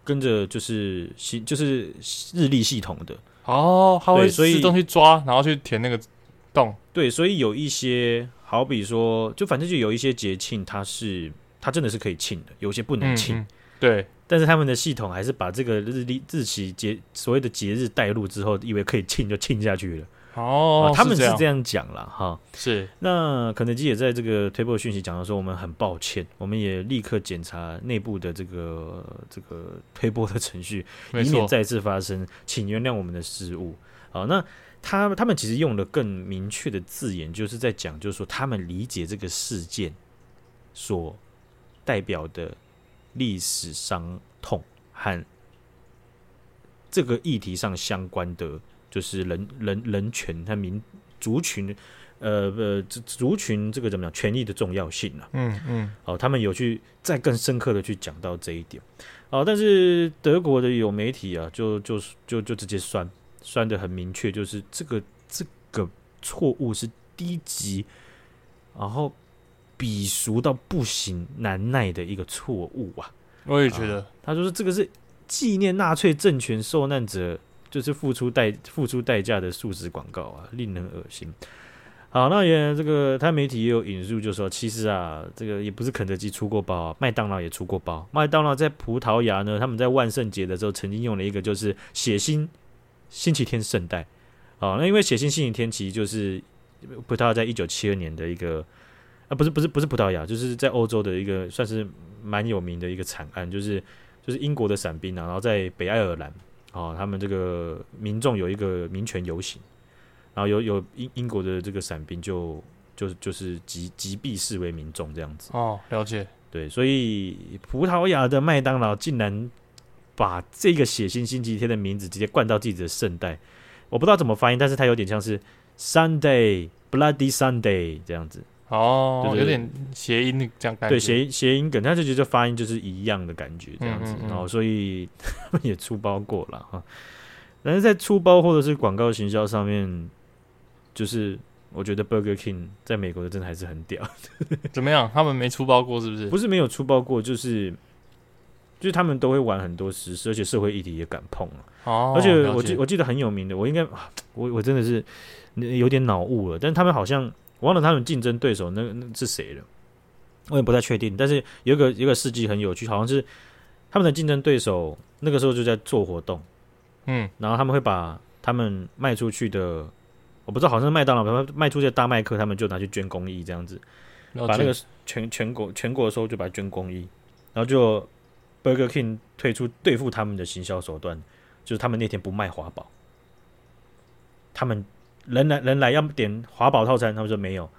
[SPEAKER 1] 跟着就是系就是日历系统的，
[SPEAKER 2] 哦，他会
[SPEAKER 1] 对所以
[SPEAKER 2] 自动去抓，然后去填那个洞。
[SPEAKER 1] 对，所以有一些好比说，就反正就有一些节庆它是它真的是可以庆的，有些不能
[SPEAKER 2] 嗯
[SPEAKER 1] 庆，
[SPEAKER 2] 嗯对，
[SPEAKER 1] 但是他们的系统还是把这个日历日期节所谓的节日带入之后，以为可以庆就庆下去了，
[SPEAKER 2] 哦，
[SPEAKER 1] 啊他们
[SPEAKER 2] 是
[SPEAKER 1] 是
[SPEAKER 2] 样，
[SPEAKER 1] 这样讲了哈。
[SPEAKER 2] 是
[SPEAKER 1] 那肯德基也在这个推播讯息讲到说，我们很抱歉，我们也立刻检查内部的这个这个推播的程序，
[SPEAKER 2] 没
[SPEAKER 1] 以免
[SPEAKER 2] 错，
[SPEAKER 1] 再次发生，请原谅我们的失误。好，那他他们其实用了更明确的字眼，就是在讲，就是说他们理解这个事件所代表的历史伤痛和这个议题上相关的，就是人人人权和民族群，呃呃，族族群这个怎么讲权益的重要性啊。
[SPEAKER 2] 嗯嗯，
[SPEAKER 1] 哦，他们有去再更深刻的去讲到这一点。哦，但是德国的有媒体啊，就就就就直接酸酸的很明确，就是这个这个错误是低级，然后鄙俗到不行、难耐的一个错误啊。
[SPEAKER 2] 我也觉得，
[SPEAKER 1] 他说是这个是纪念纳粹政权受难者，就是付出代付出代价的素食广告啊，令人恶心。好，那也这个他媒体也有引述，就说其实啊，这个也不是肯德基出过包、啊，麦当劳也出过包。麦当劳在葡萄牙呢，他们在万圣节的时候曾经用了一个就是血腥星期天圣代。好，那因为血腥星期天其实就是葡萄牙在一九七二年的一个啊，不是不是不是葡萄牙，就是在欧洲的一个算是蛮有名的一个惨案，就是就是英国的伞兵啊，然后在北爱尔兰啊、哦他们这个民众有一个民权游行，然后有有英英国的这个伞兵就就是就是击击毙示威民众这样子。
[SPEAKER 2] 哦，了解，
[SPEAKER 1] 对，所以葡萄牙的麦当劳竟然把这个血腥星期天的名字直接灌到自己的圣代，我不知道怎么发音，但是它有点像是 Sunday Bloody Sunday 这样子，
[SPEAKER 2] 哦，
[SPEAKER 1] 对对
[SPEAKER 2] 有点谐音的这样感觉，
[SPEAKER 1] 对，谐音谐音梗，他就觉得发音就是一样的感觉这样子，
[SPEAKER 2] 嗯嗯嗯
[SPEAKER 1] 然后所以他们也出包过了哈，但是在出包或者是广告行销上面，就是我觉得 Burger King 在美国的真的还是很屌。
[SPEAKER 2] 怎么样？他们没出包过是不是？
[SPEAKER 1] 不是没有粗暴过，就是就是他们都会玩很多时事，而且社会议题也敢碰啊。
[SPEAKER 2] 哦，
[SPEAKER 1] 而且
[SPEAKER 2] 了
[SPEAKER 1] 我
[SPEAKER 2] 解
[SPEAKER 1] 记我记得很有名的，我应该啊我我真的是有点脑雾了，但是他们好像我忘了他们竞争对手那那是谁了，我也不太确定。但是有一个有一个事迹很有趣，好像是他们的竞争对手那个时候就在做活动，
[SPEAKER 2] 嗯，
[SPEAKER 1] 然后他们会把他们卖出去的。我不知道，好像是麦当劳把它卖出去的大麦克，他们就拿去捐公益这样子。
[SPEAKER 2] 了
[SPEAKER 1] 把那
[SPEAKER 2] 解
[SPEAKER 1] 个全全国全国的时候就把它捐公益，然后就 Burger King 推出对付他们的行销手段，就是他们那天不卖华宝，他们人来人来要点华宝套餐，他们说没有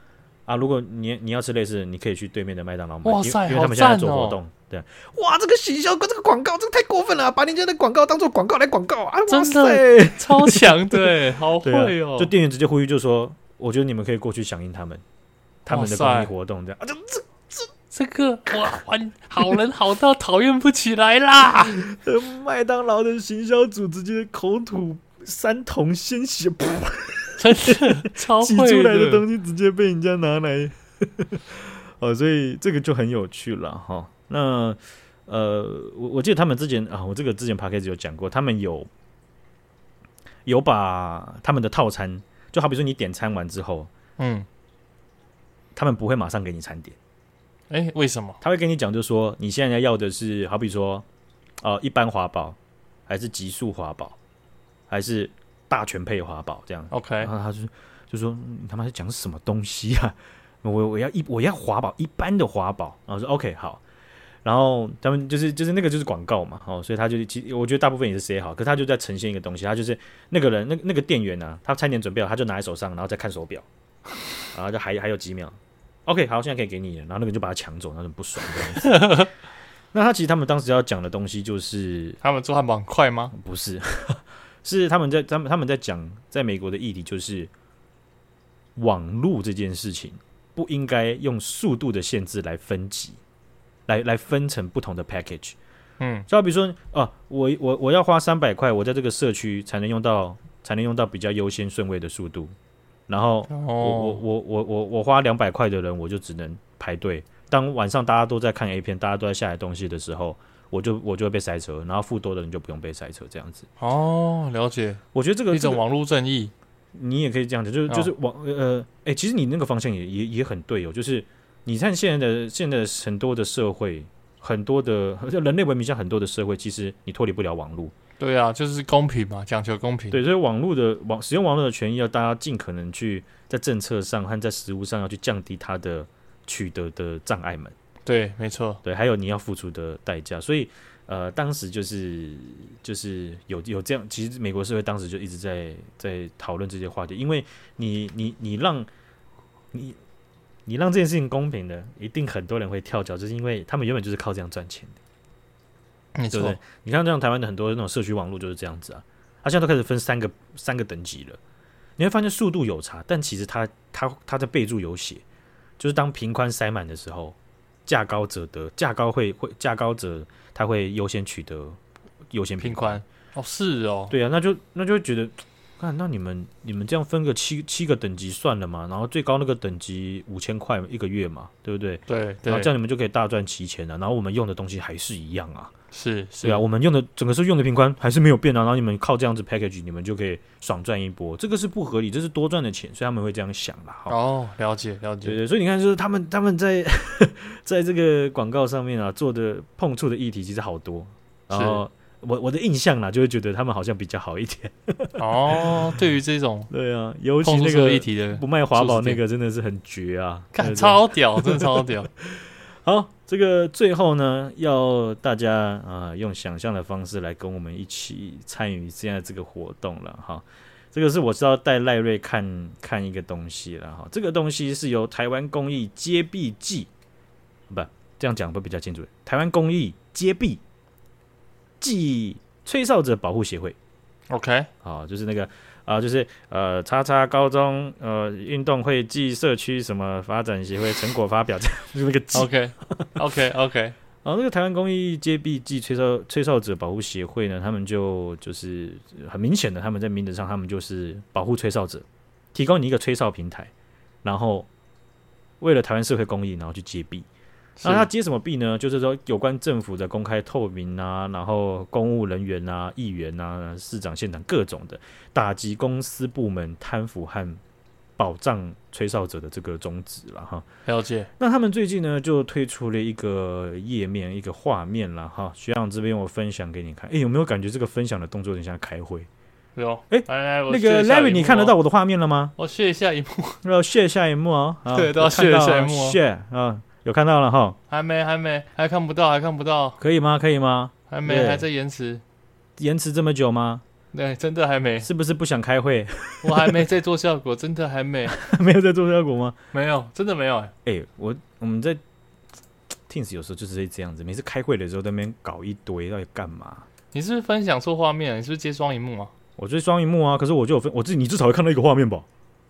[SPEAKER 1] 啊，如果你你要吃类似的，你可以去对面的麦当劳买，
[SPEAKER 2] 哇
[SPEAKER 1] 因为
[SPEAKER 2] 塞
[SPEAKER 1] 因为他
[SPEAKER 2] 好
[SPEAKER 1] 们现在在
[SPEAKER 2] 赞
[SPEAKER 1] 做活
[SPEAKER 2] 哦
[SPEAKER 1] 动，对，啊
[SPEAKER 3] 哇，这个行销这个广告，这个太过分了，把人家的广告当做广告来广告啊！哇
[SPEAKER 2] 真的哦
[SPEAKER 3] 塞
[SPEAKER 2] 超 强，对，好会
[SPEAKER 1] 对啊
[SPEAKER 2] 哦，
[SPEAKER 1] 就店员直接呼吁就说，我觉得你们可以过去响应他们他们的公
[SPEAKER 2] 哇塞
[SPEAKER 1] 益活动这样，啊
[SPEAKER 2] 这个哇，完好人好到讨厌不起来啦！
[SPEAKER 1] 这麦当劳的行销组直接口吐三桶鲜血，噗
[SPEAKER 2] 真的超
[SPEAKER 1] 挤
[SPEAKER 2] 会
[SPEAKER 1] 出来的东西直接被人家拿来， 哦，所以这个就很有趣了哈。那呃，我我记得他们之前啊，我这个之前 p a c k a g e 有讲过，他们有有把他们的套餐，就好比说你点餐完之后，
[SPEAKER 2] 嗯，
[SPEAKER 1] 他们不会马上给你餐点，
[SPEAKER 2] 哎，为什么？
[SPEAKER 1] 他会跟你讲，就是说你现在要的是好比说呃一般华宝，还是极速华宝，还是大全配华宝这样。
[SPEAKER 2] OK，
[SPEAKER 1] 然后他就就说嗯你他妈在讲什么东西啊？ 我我要一我要华宝一般的华宝，然后说 OK 好，然后他们就是就是那个就是广告嘛，哦，所以他就其我觉得大部分也是 say 好，可他就在呈现一个东西，他就是那个人那那个店员啊，他餐点准备好，他就拿在手上，然后再看手表，然后就还还有几秒，OK 好，现在可以给你了，然后那个人就把他抢走，然后就不爽这样子。 那他其实他们当时要讲的东西就是
[SPEAKER 2] 他们做汉堡很快吗？
[SPEAKER 1] 不是，是他们在他们他们在讲，在美国的议题就是网络这件事情不应该用速度的限制来分级，来来分成不同的 package。
[SPEAKER 2] 嗯，
[SPEAKER 1] 就好比说，哦、我我我要花三百块，我在这个社区才能用到才能用到比较优先顺位的速度，然后我我
[SPEAKER 2] 哦，
[SPEAKER 1] 我我我我花两百块的人，我就只能排队。当晚上大家都在看 A 片，大家都在下载东西的时候，我就我就会被塞车，然后付多的人就不用被塞车，这样子。
[SPEAKER 2] 哦，了解，
[SPEAKER 1] 我觉得这个
[SPEAKER 2] 一种
[SPEAKER 1] 这个
[SPEAKER 2] 网络正义，
[SPEAKER 1] 你也可以这样讲，就是
[SPEAKER 2] 哦
[SPEAKER 1] 就是网呃，哎、其实你那个方向也也也很对哦，就是你看现在的现在的很多的社会，很多的就人类文明下很多的社会，其实你脱离不了网络，
[SPEAKER 2] 对啊，就是公平嘛，讲求公平，
[SPEAKER 1] 对，所以网络的网使用网络的权益，要大家尽可能去在政策上和在实务上要去降低它的取得的障碍们。
[SPEAKER 2] 对，没错，
[SPEAKER 1] 对，还有你要付出的代价。所以，呃，当时就是就是有有这样，其实美国社会当时就一直在在讨论这些话题，因为你你你让你你让这件事情公平的，一定很多人会跳脚，就是因为他们原本就是靠这样赚钱的，
[SPEAKER 2] 没
[SPEAKER 1] 对不
[SPEAKER 2] 错
[SPEAKER 1] 对，？你看，像台湾的很多那种社区网络就是这样子啊，它现在都开始分三个三个等级了。你会发现速度有差，但其实它它它在备注有写，就是当平宽塞满的时候，价高者得，价高会会价高者他会优先取得优先
[SPEAKER 2] 平
[SPEAKER 1] 平
[SPEAKER 2] 宽，哦，是哦，
[SPEAKER 1] 对啊，那就那就会觉得，看那你们你们这样分个七七个等级算了嘛，然后最高那个等级五千块一个月嘛，对不对？
[SPEAKER 2] 对
[SPEAKER 1] 然后这
[SPEAKER 2] 对，
[SPEAKER 1] 样你们就可以大赚其钱了、然后我们用的东西还是一样啊，
[SPEAKER 2] 是是
[SPEAKER 1] 对啊，，我们用的整个是用的平宽还是没有变啊，然后你们靠这样子 package，你们就可以爽赚一波，这个是不合理，这是多赚的钱，所以他们会这样想啦。好
[SPEAKER 2] 哦，了解了
[SPEAKER 1] 对
[SPEAKER 2] 解，
[SPEAKER 1] 对，所以你看，就是他们他们在 在这个广告上面啊做的碰触的议题其实好多，然后我我的印象啦，就会觉得他们好像比较好一点。
[SPEAKER 2] 哦，对于这种
[SPEAKER 1] 对啊，尤其
[SPEAKER 2] 碰触
[SPEAKER 1] 那
[SPEAKER 2] 这个议
[SPEAKER 1] 个
[SPEAKER 2] 题的，
[SPEAKER 1] 不卖华宝那个真的是很绝啊，对
[SPEAKER 2] 看
[SPEAKER 1] 不对
[SPEAKER 2] 超屌，真的超 屌，
[SPEAKER 1] 好，这个最后呢，要大家啊、呃用想象的方式来跟我们一起参与现在这个活动了哈。这个是我知道带赖瑞看看一个东西了哈，这个东西是由台湾工艺接壁剂，不这样讲会比较清楚。台湾工艺接壁暨吹哨者保护协会，
[SPEAKER 2] OK，
[SPEAKER 1] 啊，就是那个啊、就是呃，叉叉高中呃运动会暨社区什么发展协会成果发表， 就是那个暨
[SPEAKER 2] OK OK OK，
[SPEAKER 1] 然后那个台湾公益街壁暨吹哨吹哨者保护协会呢，他们就就是呃很明显的，他们在名字上，他们就是保护吹哨者，提供你一个吹哨平台，然后为了台湾社会公益，然后去接壁。那他接什么弊呢？就是说有关政府的公开透明啊，然后公务人员啊、议员啊、市长、县长各种的打击公司部门贪腐和保障吹哨者的这个宗旨了哈。
[SPEAKER 2] 了解，
[SPEAKER 1] 那他们最近呢，就推出了一个页面、一个画面了哈。学长这边我分享给你看，诶，有没有感觉这个分享的动作有点像开会？
[SPEAKER 2] 有，
[SPEAKER 1] 哎
[SPEAKER 2] 来来，我
[SPEAKER 1] 那个
[SPEAKER 2] 卸下
[SPEAKER 1] Larry，
[SPEAKER 2] 荧幕
[SPEAKER 1] 你看得
[SPEAKER 2] 哦
[SPEAKER 1] 到？我的画面了吗？
[SPEAKER 2] 我卸一下一幕，
[SPEAKER 1] 要卸下一幕哦。啊
[SPEAKER 2] 对都要
[SPEAKER 1] 有看到
[SPEAKER 2] 卸下一
[SPEAKER 1] 哦
[SPEAKER 2] 幕哦
[SPEAKER 1] 卸啊，有看到了哈，
[SPEAKER 2] 还没还没，还看不到，还看不到，
[SPEAKER 1] 可以吗？可以吗？
[SPEAKER 2] 还没，
[SPEAKER 1] 对
[SPEAKER 2] 还在延迟。
[SPEAKER 1] 延迟这么久吗？
[SPEAKER 2] 对，真的还没，
[SPEAKER 1] 是不是不想开会？
[SPEAKER 2] 我还没在做效果，真的还没，
[SPEAKER 1] 没有在做效果吗？
[SPEAKER 2] 没有，真的没有、哎
[SPEAKER 1] 诶，我我们在 Teams 有时候就是这样子，每次开会的时候在那边搞一堆，到底干嘛？
[SPEAKER 2] 你是不是分享错画面了？你是不是接双荧幕啊？
[SPEAKER 1] 我就是双荧幕啊，可是我就有分，我自己你至少会看到一个画面吧？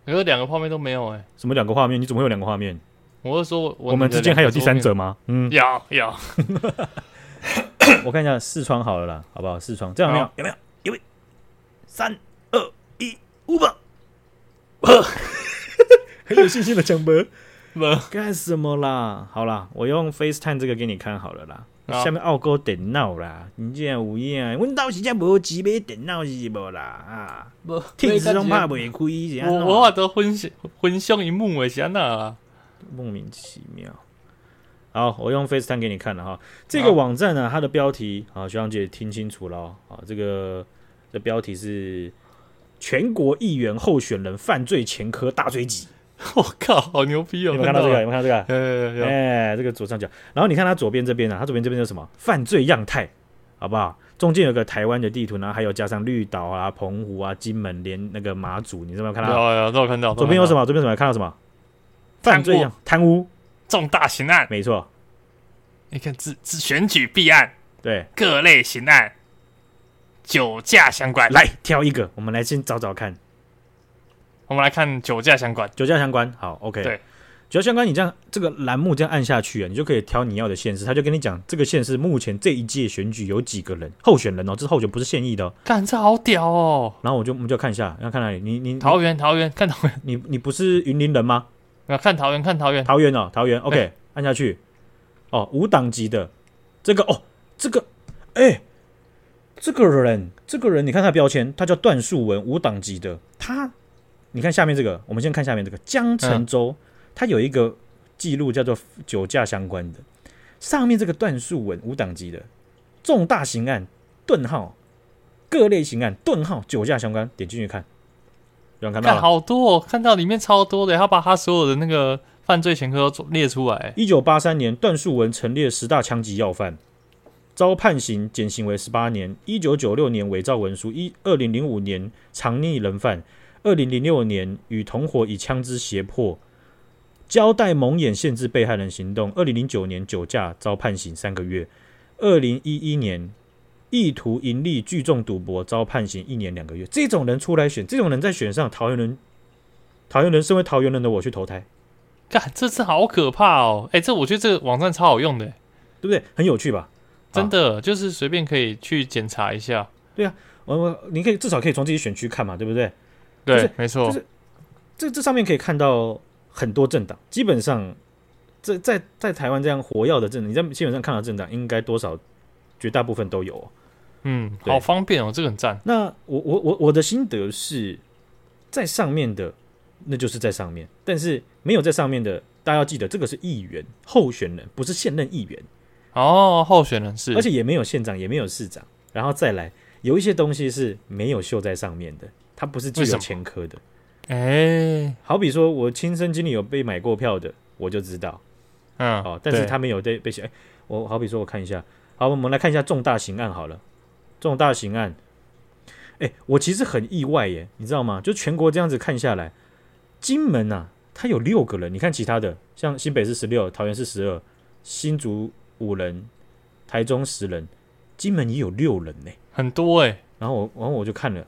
[SPEAKER 2] 可是两个画面都没有哎、
[SPEAKER 1] 什么两个画面？你怎么会有两个画面？
[SPEAKER 2] 我是说我
[SPEAKER 1] 我们之间还有第三，者
[SPEAKER 2] 我
[SPEAKER 1] 吗？嗯，
[SPEAKER 2] 你的两个桌面有有，
[SPEAKER 1] 我看一下视窗好了啦，好不好？视窗这样有没有
[SPEAKER 2] 好？
[SPEAKER 1] 有没有？有没有？三二一，Uber，很有信心的讲吧。
[SPEAKER 2] 不
[SPEAKER 1] 干什么啦？好啦，我用 FaceTime 这个给你看好了啦。
[SPEAKER 2] 好
[SPEAKER 1] 下面奥哥电脑啦，你这样有影，啊阮到时才无钱买电脑是无啦啊，
[SPEAKER 2] 不，
[SPEAKER 1] 天子拢拍袂开，是安
[SPEAKER 2] 我
[SPEAKER 1] 怎
[SPEAKER 2] 我话都昏昏胸一幕诶，想哪啊？
[SPEAKER 1] 莫名其妙。好，我用 FaceTime 给你看了哈。这个网站呢，它的标题啊，学长姐听清楚了哦啊，这个这标题是“全国议员候选人犯罪前科大追击
[SPEAKER 2] 我靠，好牛”，逼
[SPEAKER 1] 有
[SPEAKER 2] 哦！
[SPEAKER 1] 没有看到这个？
[SPEAKER 2] 了
[SPEAKER 1] 有没有看到这个？
[SPEAKER 2] 有有有有，
[SPEAKER 1] 哎、这个左上角，然后你看它左边这边啊，它左边这边有什么犯罪样态，好不好？中间有个台湾的地图，然后还有加上绿岛啊、澎湖啊、金门，连那个马祖，你有没有看到？
[SPEAKER 2] 有有都有看到。
[SPEAKER 1] 左边有什
[SPEAKER 2] 么
[SPEAKER 1] 么？左边有什么？看到什么？
[SPEAKER 2] 贪
[SPEAKER 1] 犯罪
[SPEAKER 2] 污
[SPEAKER 1] 样贪污，
[SPEAKER 2] 重大刑案？
[SPEAKER 1] 没错，
[SPEAKER 2] 你看自自选举弊案、
[SPEAKER 1] 对。
[SPEAKER 2] 各类刑案、酒驾相关。
[SPEAKER 1] 来，挑一个，我们来先找找看
[SPEAKER 2] 我们来看酒驾相关。
[SPEAKER 1] 酒驾相关。好，OK，
[SPEAKER 2] 对，
[SPEAKER 1] 酒驾相关，你这样这个栏目这样按下去啊，你就可以挑你要的县市，他就跟你讲这个县市目前这一届选举有几个人候选人哦，这是候选不是现役的、哦。
[SPEAKER 2] 干，这好屌哦！
[SPEAKER 1] 然后我就我们就看一下，要看哪里？你你
[SPEAKER 2] 桃园，桃园，看桃园，
[SPEAKER 1] 你你不是云林人吗？
[SPEAKER 2] 没有看桃园，看桃园。
[SPEAKER 1] 桃园哦，桃园
[SPEAKER 2] 对
[SPEAKER 1] ，OK，按下去。哦，无党籍的，这个哦，这个，哎，这个人，这个人，你看他的标签，他叫段树文，无党籍的。他，你看下面这个，我们先看下面这个江城州，他有一个记录叫做酒驾相关的。上面这个段树文，无党籍的，重大刑案，顿号，各类刑案，顿号，酒驾相关，点进去看，有人看到
[SPEAKER 2] 看
[SPEAKER 1] 了？
[SPEAKER 2] 好多、哦，看到里面超多的，他把他所有的那个犯罪前科都列出来。
[SPEAKER 1] 一九八三年，段树文陈列十大枪击要犯，遭判刑减刑为十八年。一九九六年伪造文书，一二零零五年藏匿人犯，二零零六年与同伙以枪支胁迫，交代蒙眼限制被害人行动。二零零九年酒驾遭判刑三个月，二零一一年。意图盈利聚众赌博，遭判刑一年两个月。这种人出来选，这种人在选上桃园人，桃园人身为桃园人的我去投胎，
[SPEAKER 2] 干，这次好可怕哦！哎，这我觉得这个网站超好用的，
[SPEAKER 1] 对不对？很有趣吧？
[SPEAKER 2] 真
[SPEAKER 1] 啊
[SPEAKER 2] 的，就是随便可以去检查一下。
[SPEAKER 1] 我我你可以至少可以从自己选区看嘛，对不对？
[SPEAKER 2] 对，
[SPEAKER 1] 就是
[SPEAKER 2] 没错，
[SPEAKER 1] 就是这这上面可以看到很多政党，基本上这在在台湾这样活跃的政党，你在基本上看到的政党应该多少绝大部分都有哦、
[SPEAKER 2] 嗯，
[SPEAKER 1] 对
[SPEAKER 2] 好方便哦，这个很赞。
[SPEAKER 1] 那我我我我的心得是在上面的，那就是在上面，但是没有在上面的，大家要记得这个是议员候选人，不是现任议员。
[SPEAKER 2] 哦，候选人是，
[SPEAKER 1] 而且也没有县长，也没有市长，然后再来有一些东西是没有绣在上面的，它不是具
[SPEAKER 2] 为什
[SPEAKER 1] 有
[SPEAKER 2] 么
[SPEAKER 1] 前科的。
[SPEAKER 2] 哎，
[SPEAKER 1] 好比说我亲身经历有被买过票的，我就知道
[SPEAKER 2] 嗯，
[SPEAKER 1] 哦，但是
[SPEAKER 2] 对
[SPEAKER 1] 他没有被被写。哎，我好比说我看一下，好，我们来看一下重大刑案好了，重大刑案。哎、我其实很意外耶，你知道吗？就全国这样子看下来，金门啊，它有六个人。你看其他的，像新北是十六，桃园是十二，新竹五人，台中十人，金门也有六人呢。
[SPEAKER 2] 很多哎、
[SPEAKER 1] 然后我，然后我就看了，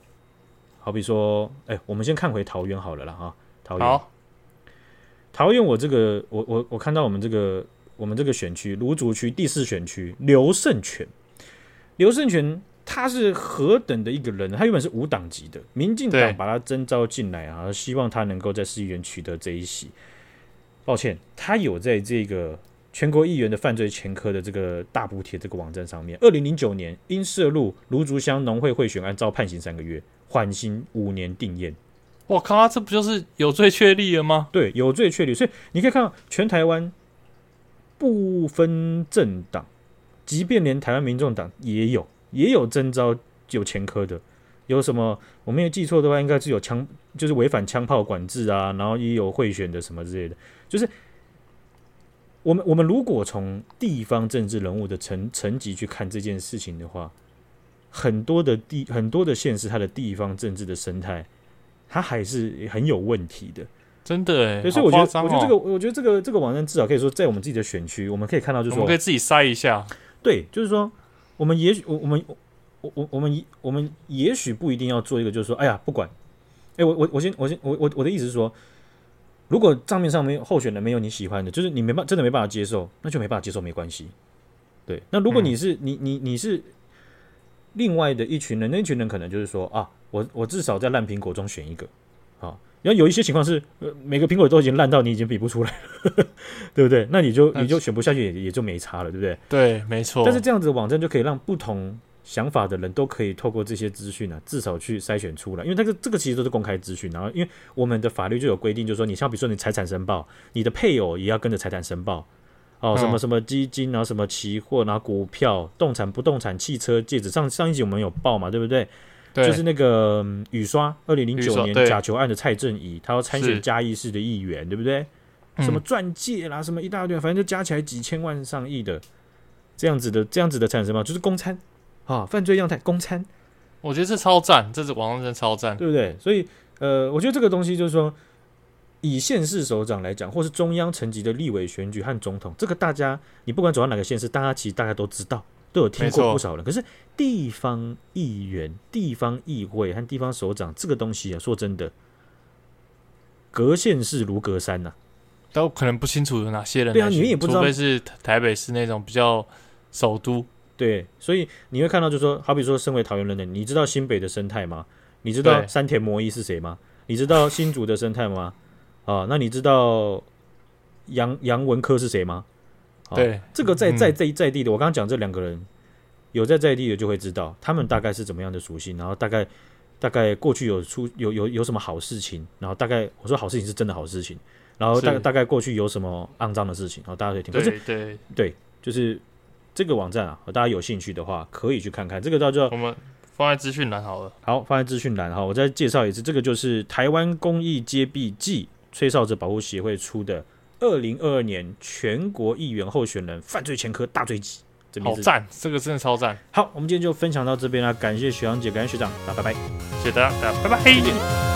[SPEAKER 1] 好比说，哎、我们先看回桃园好了啦哈，桃园，
[SPEAKER 2] 好，
[SPEAKER 1] 桃园，我这个，我我我看到我们这个我们这个选区芦竹区第四选区刘胜全，刘胜全他是何等的一个人？他原本是无党籍的，民进
[SPEAKER 2] 对
[SPEAKER 1] 党把他征召进来啊，希望他能够在市议员取得这一席。抱歉，他有在这个全国议员的犯罪前科的这个大补贴这个网站上面，二零零九年因涉入芦竹乡农会贿选案遭判刑三个月，缓刑五年定验。
[SPEAKER 2] 我靠，他这不就是有罪确立了吗？
[SPEAKER 1] 对，有罪确立。所以你可以看到，全台湾不分政党，即便连台湾民众党也有也有征召有前科的，有什么我没有记错的话，应该是有枪，就是违反枪炮管制啊，然后也有贿选的什么之类的，就是。我们我们如果从地方政治人物的层层级去看这件事情的话，很多的地很多的县市，它的地方政治的生态，它还是很有问题的。
[SPEAKER 2] 真的哎、
[SPEAKER 1] 对，所以
[SPEAKER 2] 好
[SPEAKER 1] 我觉
[SPEAKER 2] 夸
[SPEAKER 1] 得，
[SPEAKER 2] 张
[SPEAKER 1] 我觉得这个，
[SPEAKER 2] 哦
[SPEAKER 1] 我觉得这个这个网站至少可以说，在我们自己的选区，我们可以看到，就是
[SPEAKER 2] 我们
[SPEAKER 1] 说
[SPEAKER 2] 可，以自己筛一下，
[SPEAKER 1] 对，就是说，我们也许，我我们我我我们我们也许不一定要做一个，就是说，哎呀，不管，哎，我我我先我先我我我的意思是说，如果账面上没有候选人没有你喜欢的，就是你没办真的没办法接受，那就没办法接受，没关系。对，那如果你是、你你你是另外的一群人，那一群人可能就是说啊，我我至少在烂苹果中选一个啊。然后有一些情况是，呃，每个苹果都已经烂到你已经比不出来了， 对不对？那你就
[SPEAKER 2] 那
[SPEAKER 1] 你就选不下去也也就没差了，对不对？
[SPEAKER 2] 对，没错。
[SPEAKER 1] 但是这样子的网站就可以让不同想法的人都可以透过这些资讯呢，至少去筛选出来，因为这个这个其实都是公开资讯。然后，因为我们的法律就有规定，就是说你像比如说你财产申报，你的配偶也要跟着财产申报。哦，
[SPEAKER 2] 嗯
[SPEAKER 1] 什么什么基金，然后什么期货，然后股票、动产、不动产、汽车、戒指，上上一集我们有报嘛，对不对？
[SPEAKER 2] 对，
[SPEAKER 1] 就是那个嗯雨刷，二零零
[SPEAKER 2] 雨
[SPEAKER 1] 九
[SPEAKER 2] 刷
[SPEAKER 1] 年
[SPEAKER 2] 对
[SPEAKER 1] 假球案的蔡正仪，他要参选
[SPEAKER 2] 是
[SPEAKER 1] 嘉义市的议员，对不对？
[SPEAKER 2] 嗯
[SPEAKER 1] 什么钻戒啦，什么一大堆，反正就加起来几千万上亿的这样子的这样子的产生嘛，就是公餐啊，犯罪样态公餐，
[SPEAKER 2] 嗯？我觉得这超赞，这是网上真的超赞。
[SPEAKER 1] 对不对？所以呃，我觉得这个东西就是说，以县市首长来讲，或是中央层级的立委选举和总统，这个大家你不管走到哪个县市，大家其实大家都知道，都有听
[SPEAKER 2] 没错
[SPEAKER 1] 过不少人。可是地方议员、地方议会和地方首长这个东西啊，说真的，隔县市如隔山啊呐、
[SPEAKER 2] 都可能不清楚有哪些人来选，
[SPEAKER 1] 对啊你也不知道
[SPEAKER 2] 除非是台台北市那种比较首都，
[SPEAKER 1] 对，所以你会看到，就是说，好比说，身为桃园人的，你知道新北的生态吗？你知道
[SPEAKER 2] 对
[SPEAKER 1] 山田磨一是谁吗？你知道新竹的生态吗？啊，那你知道杨杨文科是谁吗？啊
[SPEAKER 2] 对，
[SPEAKER 1] 这个在
[SPEAKER 2] 嗯
[SPEAKER 1] 在在在地的，我刚刚讲这两个人，有在在地的就会知道他们大概是怎么样的属性，然后大概大概过去有出有有有什么好事情，然后大概我说好事情是真的好事情，然后大
[SPEAKER 2] 是
[SPEAKER 1] 大概过去有什么肮脏的事情，然后大家可以听。可是
[SPEAKER 2] 对对，
[SPEAKER 1] 就是这个网站啊，大家有兴趣的话可以去看看。这个叫做
[SPEAKER 2] 我们放在资讯栏好了。
[SPEAKER 1] 好，放在资讯栏哈，我再介绍一次，这个就是台湾公益揭弊暨吹哨者保护协会出的二零二二年全国议员候选人犯罪前科大追击。这名
[SPEAKER 2] 好
[SPEAKER 1] 字
[SPEAKER 2] 赞，这个真的超赞，
[SPEAKER 1] 好，我们今天就分享到这边啦，感谢学长姐，感谢学长，那拜拜。
[SPEAKER 2] 谢谢大家，大家拜拜。